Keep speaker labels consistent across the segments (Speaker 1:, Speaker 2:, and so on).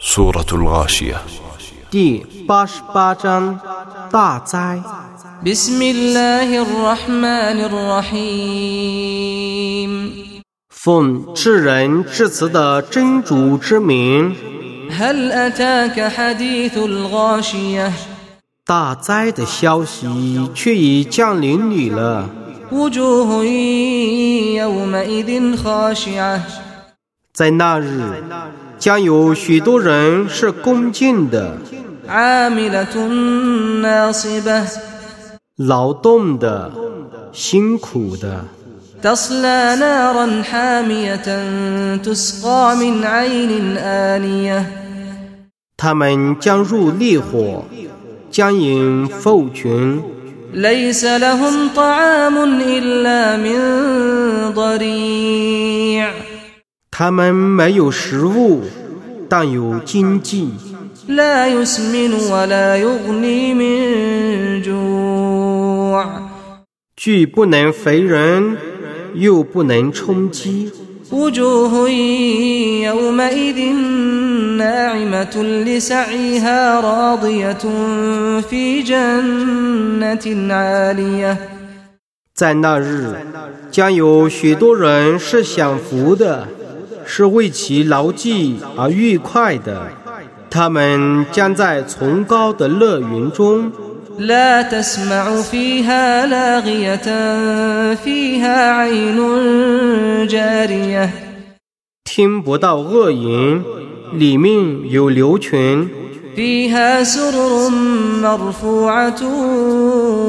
Speaker 1: سورة الغاشية
Speaker 2: 第八十八章大灾。
Speaker 3: بسم الله الرحمن الرحيم
Speaker 2: 奉至仁至慈的真主之名，
Speaker 3: هل أتاك حديث الغاشية
Speaker 2: 大灾的消息却已降临你了。
Speaker 3: وجوه يومئذ خاشعة
Speaker 2: 在那日，将有许多人是恭敬的、
Speaker 3: عاملة ناصبة
Speaker 2: 劳动的、辛苦的，
Speaker 3: تصلى نارا حامية تسقى من عين آنية
Speaker 2: 他们将入烈火，将饮兽群，
Speaker 3: ليس لهم طعام إلا من ضريع
Speaker 2: 他们没有食物，但有经济，
Speaker 3: لا يسمن ولا يغني من جوع
Speaker 2: 既不能肥人，又不能充饥。
Speaker 3: وجوه يومئذ ناعمة لسعيها راضية في جنة عالية
Speaker 2: 在那日，将有许多人是享福的，是为其劳计而愉快的。他们将在崇高的乐园中，
Speaker 3: لا تسمع فيها لاغية فيها عين جارية
Speaker 2: 听不到恶言，里面有牛群，
Speaker 3: فيها سرر مرفوعة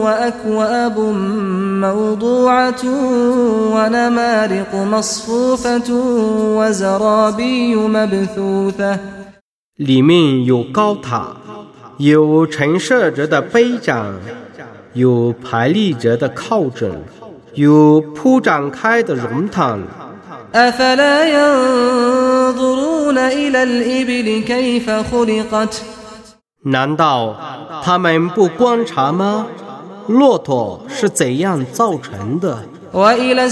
Speaker 3: وأكواب موضوعة ونمارق مصفوفة وزرابي مبثوثة
Speaker 2: 里面有高塔，有陈设着的杯盏，有排列着的靠枕，有铺展开的绒毯。
Speaker 3: أفلا ينظرون إلى الإبل كيف خلقت
Speaker 2: 难道他们不观察吗？骆驼是怎样造成的？
Speaker 3: وإلى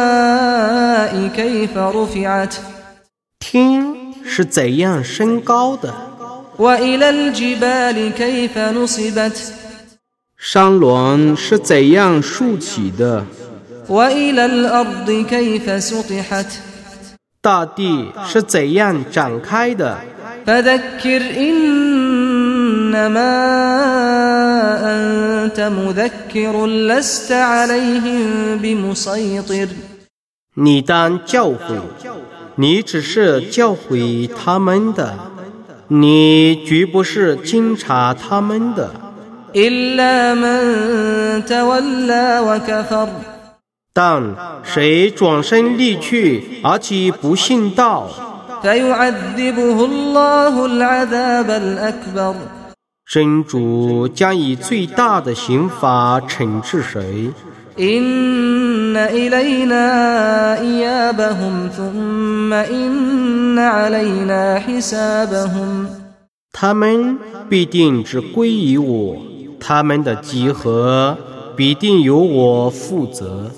Speaker 3: السماء كيف رفعت
Speaker 2: 天是怎样升高的？
Speaker 3: وإلى الجبال كيف نصبت
Speaker 2: 山峦是怎样竖起的？
Speaker 3: وإلى الأرض كيف سطحت
Speaker 2: 大地是怎样展开的？
Speaker 3: فذكر إنما أنت مذكر لست عليهم بمسيطر
Speaker 2: 你当教诲，你只是教诲他们的，你绝不是监察他们的，
Speaker 3: إلا من تولى وكفر
Speaker 2: 但谁转身离去，而且不信道？
Speaker 3: فيعذبه الله العذاب الأكبر
Speaker 2: 真主将以最大的刑罚惩治谁？
Speaker 3: إن إلينا إيابهم ثم إن علينا حسابهم
Speaker 2: 他们必定只归于我，他们的集合必定由我负责。